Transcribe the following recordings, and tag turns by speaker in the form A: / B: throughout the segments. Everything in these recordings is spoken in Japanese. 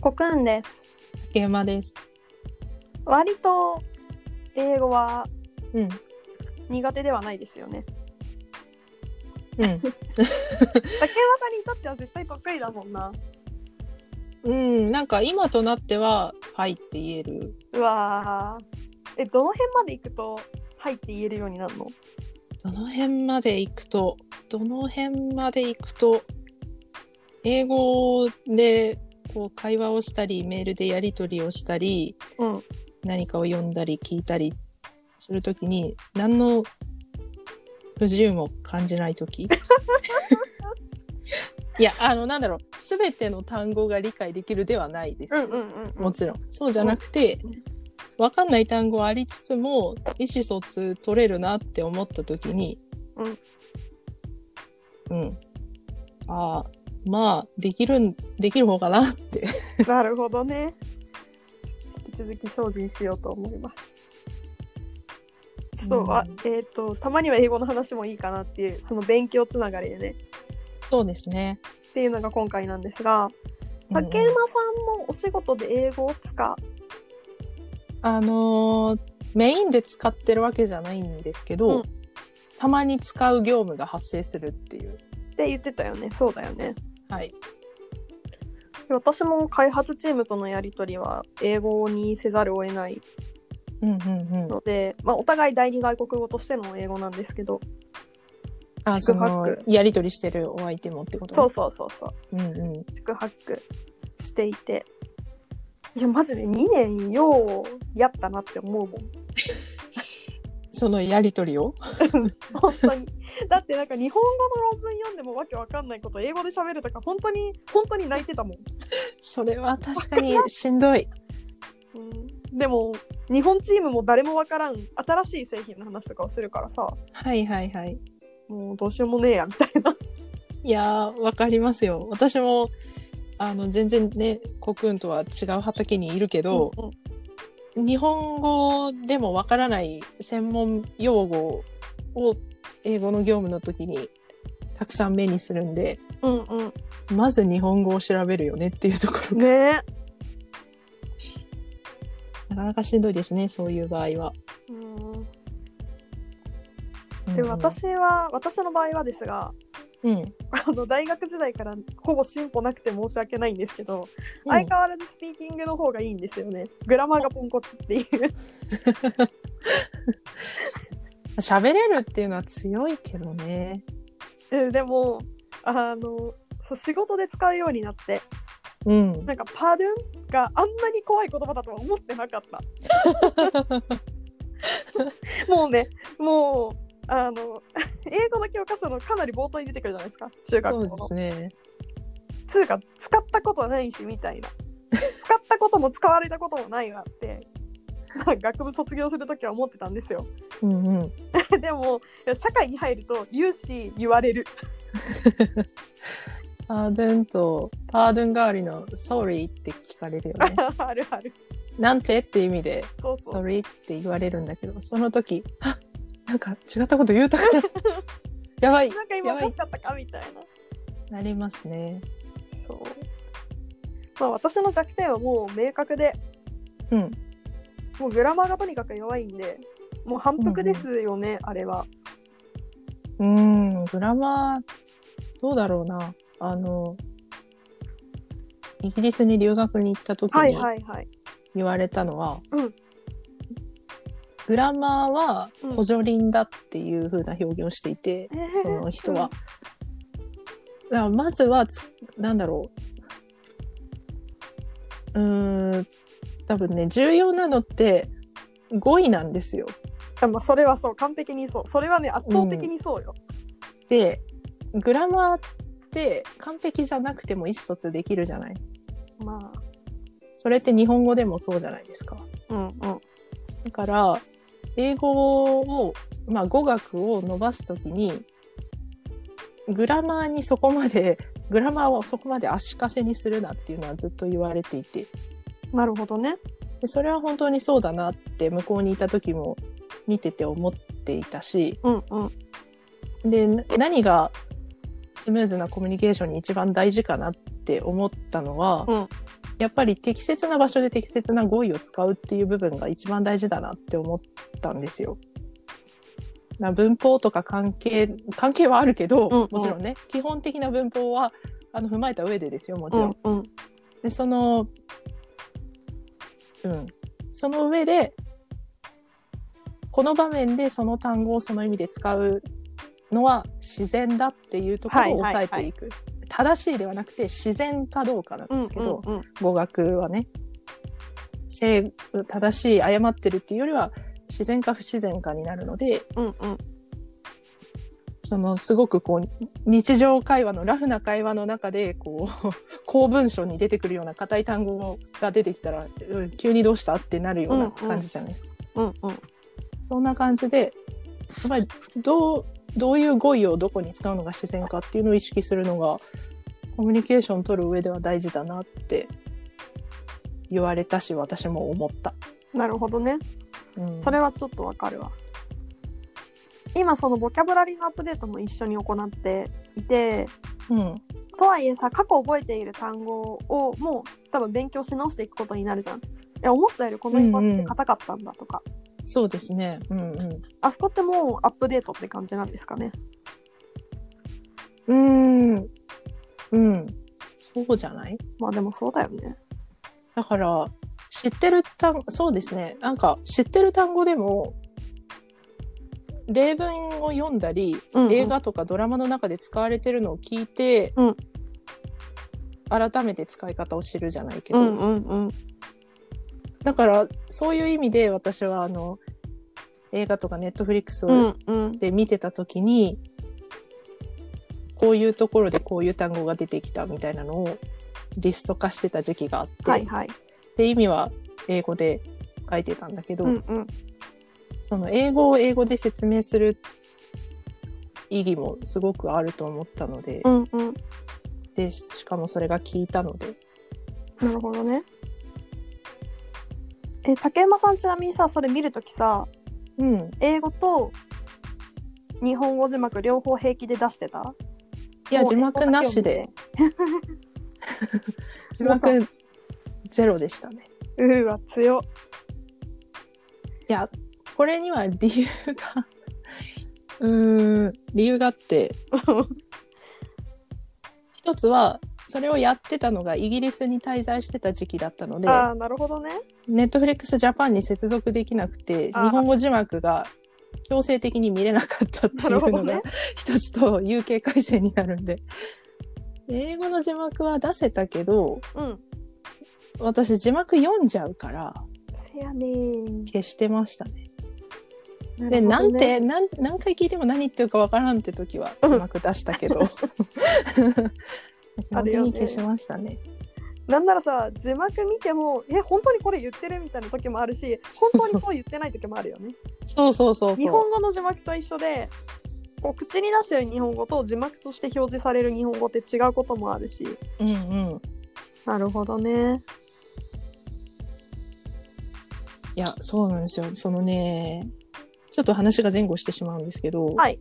A: コクーンです。
B: 竹馬です。
A: 割と英語は
B: うん。
A: 苦手ではないですよね。
B: うん。
A: 竹山さんにとっては絶対得意だもんな。
B: うん。なんか今となっては、はいって言える。
A: うわーえ、どの辺まで行くと、はいって言えるようになるの
B: どの辺まで行くと、どの辺まで行くと、英語でこう会話をしたり、メールでやり取りをしたり、
A: うん。
B: 何かを読んだり聞いたりするときに、何の不自由も感じないと き。いや、あの、なんだろう、すべての単語が理解できるではないです。
A: うんうんうん、
B: もちろん。そうじゃなくて
A: うん、
B: わかんない単語はありつつも、意思疎通取れるなって思ったときに、うん。ああ、まあ、できるん、できる方かな って。
A: なるほどね。引き続き精進しようと思います。ちょっと、あ
B: うん
A: えっ、と、たまには英語の話もいいかなっていう、その勉強つながりでね、
B: そうですね。
A: っていうのが今回なんですが、
B: うん
A: 竹馬さんもお仕事で英語を使
B: あのーメインで使ってるわけじゃないんですけど、
A: うん
B: たまに使う業務が発生するっていう。
A: うって言ってたよね。そうだよね。
B: はい。
A: 私も開発チームとのやり取りは英語にせざるを得ない
B: うんうんうん。
A: ので、まあ、お互い第二外国語としての英語なんですけど、
B: あ、
A: 宿
B: そ
A: 泊
B: の、やりとりしてるお相手もってこと
A: そう
B: そ
A: そうそうそう
B: う。うんうん。
A: 宿泊していていやマジで2年ようやったなって思うもん
B: そのやりとりを。
A: 本当に だってなんか日本語の論文読んでもわけわかんないこと英語で喋るとか本当に本当に泣いてたもん、
B: それは確か にしんどい。
A: うん、でも日本チームも誰もわからん新しい製品の話とかをするからさ
B: はいはいはい。
A: もうどうしようもねえやみたいない
B: やー、わかりますよ。私も、あの、全然ね、コクーンとは違う畑にいるけど、
A: うんうん
B: 日本語でもわからない専門用語を英語の業務の時にたくさん目にするんで、
A: うんうん
B: まず日本語を調べるよねっていうところが、
A: ねえ
B: なかなかしんどいですね、そういう場合は。
A: うん
B: うん
A: で私は私の場合はですが
B: うん。
A: あの大学時代からほぼ進歩なくて申し訳ないんですけど、
B: うん
A: 相変わらずスピーキングの方がいいんですよねグラマーがポンコツっていう
B: 喋れるっていうのは強いけどね。
A: えでもあのそう仕事で使うようになって
B: うん。
A: なんか「パドゥン」があんなに怖い言葉だとは思ってなかった もうねもうあの英語の教科書のかなり冒頭に出てくるじゃないですか中学
B: そう
A: 校
B: で
A: の
B: すね。
A: つうか使ったことないしみたいな使ったことも使われたこともないなって、 まあ、学部卒業する時は思ってたんですよ
B: うんうん。
A: でもいや社会に入ると言うし言われる
B: パードゥンと、パードゥン代わりの、ソーリーって聞かれるよね。
A: あるある
B: なんてっていう意味で、
A: そうそ
B: ソ
A: う
B: ーリーって言われるんだけど、その時、あなんか違ったこと言うた から、やばい、
A: なんか今
B: やばい
A: 欲しかったかみたいな
B: なりますね。
A: そうまあ私の弱点はもう明確で
B: うん。
A: もうグラマーがとにかく弱いんでもう反復ですよね、あれは
B: うーん、グラマー、どうだろうな。あの、イギリスに留学に行った時
A: はい
B: に
A: はいはい
B: 言われたのは、
A: うん
B: グラマーは
A: うん
B: 補助輪だっていう風な表現をしていて、
A: えー
B: その人は。 だからまずはつ、なんだろう。うーん、多分ね、重要なのって語彙なんですよ。
A: あまあ、それはそう完璧にそうそれはね圧倒的にそうよ、
B: で、グラマーって完璧じゃなくても意思疎通できるじゃない。
A: ま
B: それって日本語でもそうじゃないですか。
A: あうんうん
B: だから、英語を、まあ語学を伸ばすときに、グラマーにそこまで、 グラマーをそこまで足かせにするなっていうのはずっと言われていて、
A: なるほどね
B: でそれは本当にそうだなって向こうにいた時も見てて思っていたし、
A: うんうん
B: で、な何がスムーズなコミュニケーションに一番大事かなって思ったのは、
A: うん
B: やっぱり適切な場所で適切な語彙を使うっていう部分が一番大事だなって思ったんですよ。な文法とか関係関係はあるけど、
A: うんうん
B: もちろんね基本的な文法はあの踏まえた上でですよもちろん。
A: うんうん
B: でそのうんその上でこの場面でその単語をその意味で使うのは自然だっていうところを
A: はい
B: 抑
A: はい
B: えていく、正しいではなくて自然かどうかなんですけど、
A: うんうん
B: 語学はね正正しい誤ってるっていうよりは自然か不自然かになるので
A: うんうん
B: そのすごくこう日常会話のラフな会話の中でこう 公文書に出てくるような硬い単語が出てきたら、うん急にどうしたってなるよう
A: うんう
B: なん感じじゃないですか。
A: うんうん
B: そんな感じでやっぱりどうどういう語彙をどこに使うのが自然かっていうのを意識するのがコミュニケーション取る上では大事だなって言われたし私も思った。
A: なるほどね
B: うん
A: それはちょっとわかるわ今そのボキャブラリーのアップデートも一緒に行っていて
B: うん
A: とはいえさ過去覚えている単語をもう多分勉強し直していくことになるじゃんいや思ったよりこの言い回しって硬かったんだとか、
B: そうですね。うんうん
A: あそこってもうアップデートって感じなんですかね
B: うーん。うん。そうじゃない
A: まあでもそうだよね
B: だから、知ってる単、そうですね。なんか、知ってる単語でも、例文を読んだり、
A: うんうん
B: 映画とかドラマの中で使われてるのを聞いて、
A: うん
B: 改めて使い方を知るじゃないけ
A: う
B: ど、
A: んうんうん
B: だから、そういう意味で私は、あの、映画とかネットフリックス
A: う
B: を
A: んうん
B: で見てた時にこういうところでこういう単語が出てきたみたいなのをリスト化してた時期があって、
A: はいはい
B: で意味は英語で書いてたんだけど、
A: うんうん
B: その英語を英語で説明する意義もすごくあると思ったので,、
A: うんうん
B: でしかもそれが聞いたので
A: なるほどねえ竹山さんちなみにさそれ見るときさ
B: うん
A: 英語と日本語字幕両方平気で出してた
B: いや
A: もう
B: 字幕なしで字幕ゼロでしたね。
A: 英語だけを見てうーわ強っ
B: いや、これには理由が、 うーん、理由があ って、一つは、それをやってたのがイギリスに滞在してた時期だったので、
A: ああなるほどね
B: ネットフリックスジャパンに接続できなくて、日
A: あー
B: 本語字幕が強制的に見れなかったってい
A: なるほ
B: う
A: ど
B: の
A: ね
B: が、一つと UK 回線になるんで。で英語の字幕は出せたけど、
A: うん
B: 私字幕読んじゃうから、
A: せやねー
B: 消してましたね。
A: な
B: で、
A: るほ
B: な
A: ど
B: ん
A: ね
B: てなん何回聞いても何言ってるかわからんって時は
A: うん
B: 字幕出した けど
A: あ
B: 本
A: る
B: 当
A: よね
B: に消しましたね
A: なんならさ字幕見てもえ本当にこれ言ってるみたいな時もあるし本当にそう言ってない時もあるよね
B: そうそうそう
A: 日
B: そう
A: 本語の字幕と一緒でこう口に出してる日本語と字幕として表示される日本語って違うこともあるし
B: うんうん
A: なるほどね
B: いやそうなんですよそのねちょっと話が前後してしまうんですけど、
A: はい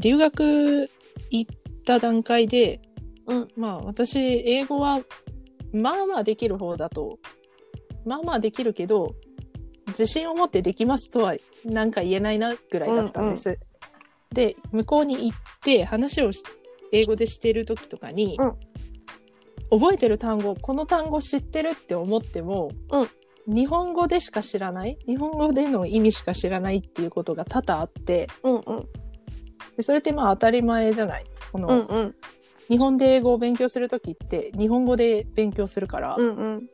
B: 留学行った段階で
A: うん
B: まあ私英語はまあまあできる方だとまあまあできるけど自信を持ってできますとはなんか言えないなぐらいだったんです。で向こうに行って話をし英語でしてる時とかに、覚えてる単語この単語知ってるって思っても、日本語でしか知らない日本語での意味しか知らないっていうことが多々あって
A: うんうん
B: でそれってまあ当たり前じゃない。この
A: うんうん
B: 日本で英語を勉強する時って日本語で勉強するから、
A: うんうん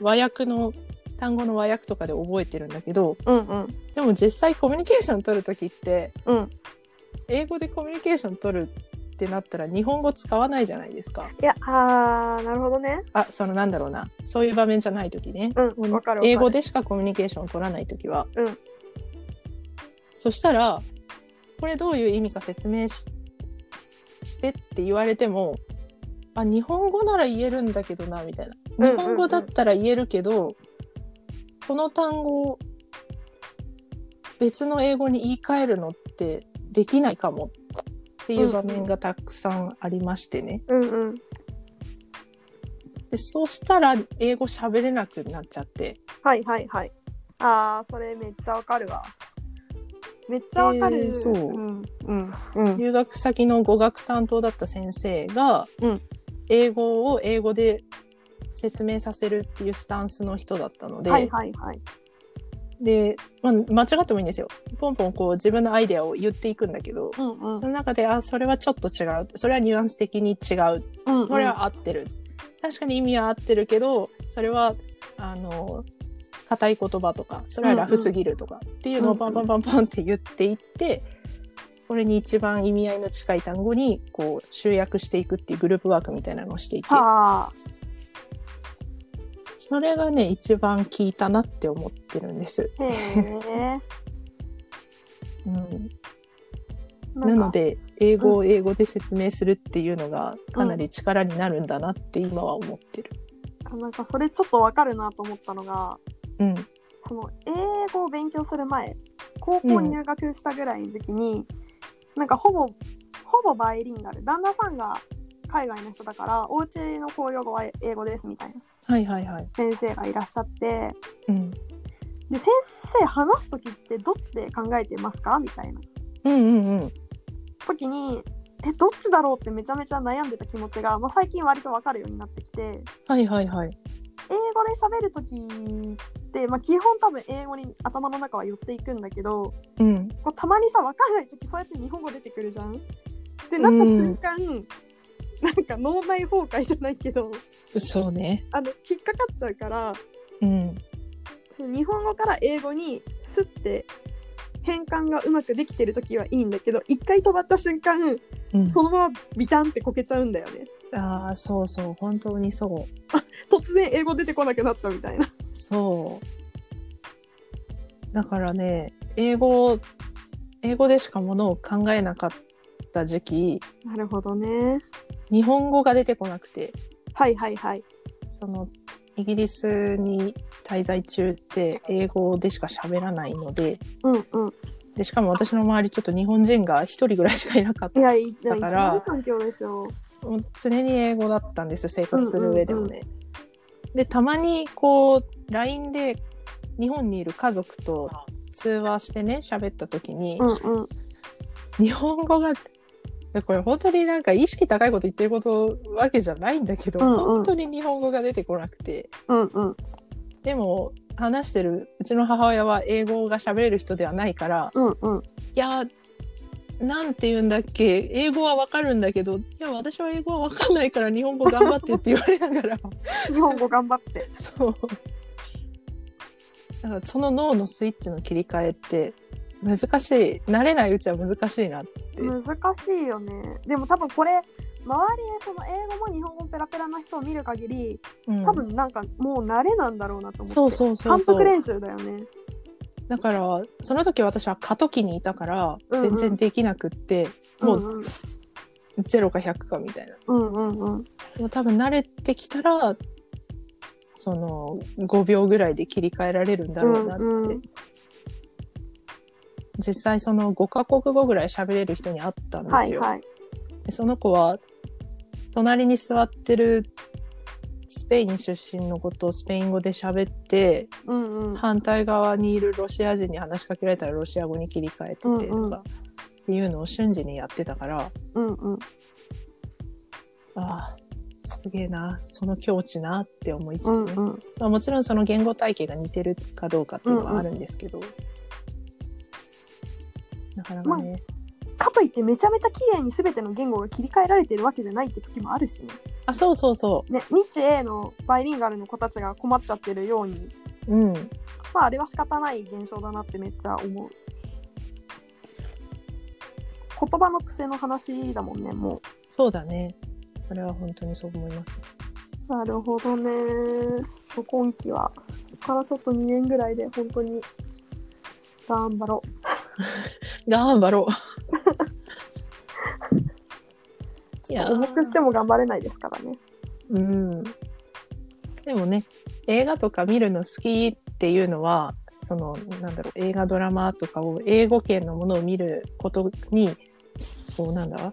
B: 和訳の単語の和訳とかで覚えてるんだけど
A: うんうん
B: でも実際コミュニケーション取る時って
A: うん
B: 英語でコミュニケーション取るってなったら日本語使わないじゃないですか
A: いやあーなるほどね
B: あそのなんだろうなそういう場面じゃない時ね、
A: うんわかるわかる
B: 英語でしかコミュニケーションを取らない時は、
A: うん
B: そしたらこれどういう意味か説明ししてって言われてもあ日本語なら言えるんだけどなみたいな日本語だったら言えるけど、この単語を別の英語に言い換えるのってできないかもっていう場面がたくさんありましてね、
A: うんうん
B: でそうしたら英語喋れなくなっちゃって
A: はいはいはい。ああ、それめっちゃわかるわ。めっちゃわかる。
B: えーそうん
A: うんうん。
B: 留学先の語学担当だった先生が、
A: うん
B: 英語を英語で説明させるっていうスタンスの人だったので、
A: はいはいはい。
B: で、まあ、間違ってもいいんですよポンポンこう自分のアイデアを言っていくんだけど
A: うんうん。
B: その中であそれはちょっと違うそれはニュアンス的に違う
A: うんうん
B: これは合ってる、確かに意味は合ってるけどそれはあの硬い言葉とかそれはラフすぎるとかっていうのを
A: うんう
B: バ
A: ん
B: ンバンバンバンって言っていって、これに一番意味合いの近い単語にこう集約していくっていうグループワークみたいなのをしていて
A: はあ。
B: それがね一番効いたなって思ってるんです。
A: へえ。
B: うん、
A: な
B: なん
A: か
B: の。で英語を英語で説明するっていうのがかなり力になるんだなって今は思ってる。
A: なんかそれちょっとわかるなと思ったのが、
B: うん、
A: その英語を勉強する前、高校入学したぐらいの時に、なんかほぼ、ほぼバイリンガル。旦那さんが海外の人だから、お家の公用語は英語ですみたいな
B: はいはいはい。
A: 先生がいらっしゃって、
B: うん、
A: で先生話す時ってどっちで考えてますかみたいな
B: うんうんうん。
A: 時にえどっちだろうってめちゃめちゃ悩んでた気持ちが、まあ、最近割と分かるようになってきて
B: はいはいはい。
A: 英語で喋る時って、まあ、基本多分英語に頭の中は寄っていくんだけど
B: うん、
A: こうたまにさ分かんない時そうやって日本語出てくるじゃん。ってなった瞬間、なんか脳内崩壊じゃないけど
B: そうね。
A: あの引っかかっちゃうから
B: うん、
A: その日本語から英語にスッて変換がうまくできてる時はいいんだけど一回止まった瞬間
B: うん、
A: そのままビタンってこけちゃうんだよね
B: ああ、そうそう、本当にそう。
A: 突然英語出てこなくなったみたいな
B: そう。だからね、英語、英語でしかものを考えなかった時期、
A: なるほどね
B: 日本語が出てこなくて、
A: はいはいはい
B: その、イギリスに滞在中って英語でしか喋らないので、
A: うんうん
B: で、しかも私の周りちょっと日本人が一人ぐらいしかいなかっ
A: い
B: た。
A: やいや
B: だ
A: 一
B: から
A: 番いい環境でしょう
B: もう常に英語だったんです生活する上でもね。でたまにこう LINE で日本にいる家族と通話してね喋った時に、
A: うんうん
B: 日本語がこれ本当になんか意識高いこと言ってることわけじゃないんだけど、
A: うんうん
B: 本当に日本語が出てこなくて
A: うんうん
B: でも話してるうちの母親は英語が喋れる人ではないから
A: うんうん
B: いやなんて言うんだっけ英語はわかるんだけどいや私は英語はわかんないから日本語頑張ってって言われながら
A: 日本語頑張って
B: そう。だからその脳のスイッチの切り替えって難しい。慣れないうちは難しいな。
A: 難しいよねでも多分これ周りでその英語も日本語もペラペラな人を見る限り
B: うん
A: 多分なんかもう慣れなんだろうなと思って
B: そうそうそうそう
A: 反復練習だよね
B: だから、その時私は過渡期にいたから、
A: うんうん
B: 全然できなくって、もうん0か100かみたいな。
A: うんうんうん
B: でも多分慣れてきたら、その5秒ぐらいで切り替えられるんだろうなって。
A: うんうん
B: 実際その5カ国語ぐらい喋れる人に会ったんですよ。
A: はいはい
B: でその子は、隣に座ってるスペイン出身の子とスペイン語で喋って、
A: うんうん
B: 反対側にいるロシア人に話しかけられたらロシア語に切り替えててとか、
A: うんうん
B: っていうのを瞬時にやってたから、
A: うんうん
B: ああ、すげえな、その境地なって思いつつ
A: う
B: ね、
A: んうん
B: まあ、もちろんその言語体系が似てるかどうかっていうのはあるんですけど、なかなかね、
A: かといってめちゃめちゃ綺麗に全ての言語が切り替えられてるわけじゃないって時もあるしね
B: あ、そうそうそ
A: ね日英のバイリンガルの子たちが困っちゃってるように
B: う、うん。
A: まああれは仕方ない現象だなってめっちゃ思う言葉の癖の話だもんねも
B: そうだね。それは本当にそう思います。
A: うなるほどね今期はここからちょっと2年ぐらいで本当に頑張ろう
B: 頑張ろ う。いやー
A: 重くしても頑張れないですからね
B: うん。でもね、映画とか見るの好きっていうのは、その、なんだろう、映画ドラマとかを英語圏のものを見ることに、こう、なんだ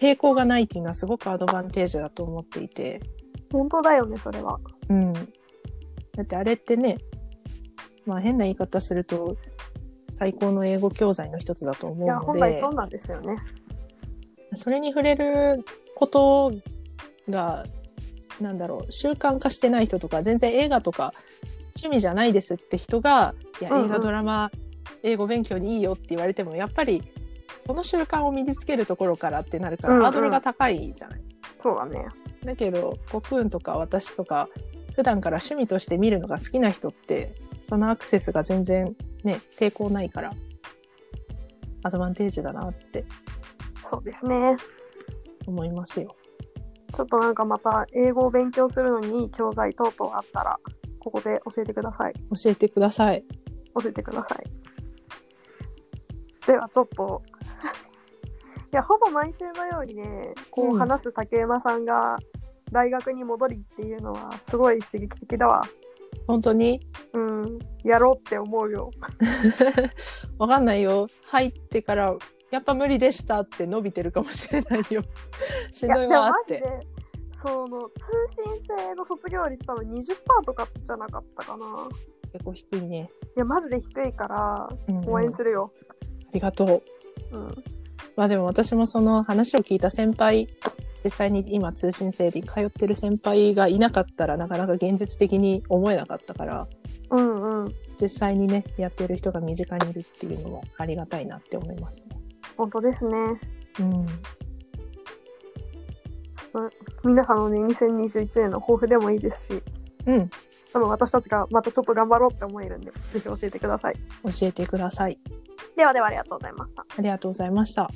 B: 抵抗がないっていうのはすごくアドバンテージだと思っていて、
A: 本当だよねそれは
B: うん。だってあれってね、まあ変な言い方すると、最高の英語教材の一つだと思
A: いうや
B: の
A: 本来
B: で
A: そう、なんですよね
B: それに触れることが、なんだろう、習慣化してない人とか、全然映画とか趣味じゃないですって人が、いや、
A: うんうん
B: 映画、ドラマ、英語勉強にいいよって言われても、やっぱり、その習慣を身につけるところからってなるから、
A: うんうん
B: ハードルが高いじゃない。
A: そうだね
B: だけどコクーンとか私とか普段から趣味として見るのが好きな人ってそのアクセスが全然ね抵抗ないからアドバンテージだなって
A: そうですね
B: 思いますよ。
A: ちょっとなんかまた英語を勉強するのにいい教材等々あったらここで教えてください
B: 教えてください。
A: 教えてくださいではちょっと いやほぼ毎週のようにねこ
B: う
A: うん話す竹山さんが大学に戻りっていうのはすごい刺激的だわ
B: 本当に
A: うんやろうって思うよ
B: わかんないよ。入ってからやっぱ無理でしたって伸びてるかもしれない よ。しんどい
A: でも
B: わー
A: マ
B: っ
A: ジ
B: て。
A: でその通信制の卒業率多分20%とかじゃなかったかな
B: 結構低いね。
A: いやマジで低いから
B: うんうん
A: 応援
B: あ
A: するよ、
B: りがとう。
A: うん、
B: まあでも私もその話を聞いた先輩実際に今通信制で通ってる先輩がいなかったらなかなか現実的に思えなかったから
A: うんうん
B: 実際にねやってる人が身近にいるっていうのもありがたいなって思いますね。
A: 本当ですね
B: うん、
A: ちょっと皆さんのね2021年の抱負でもいいですし
B: うん、
A: 多分私たちがまたちょっと頑張ろうって思えるんでぜひ教えてください
B: 教えてください。
A: ではではありがとうございました
B: ありがとうございました。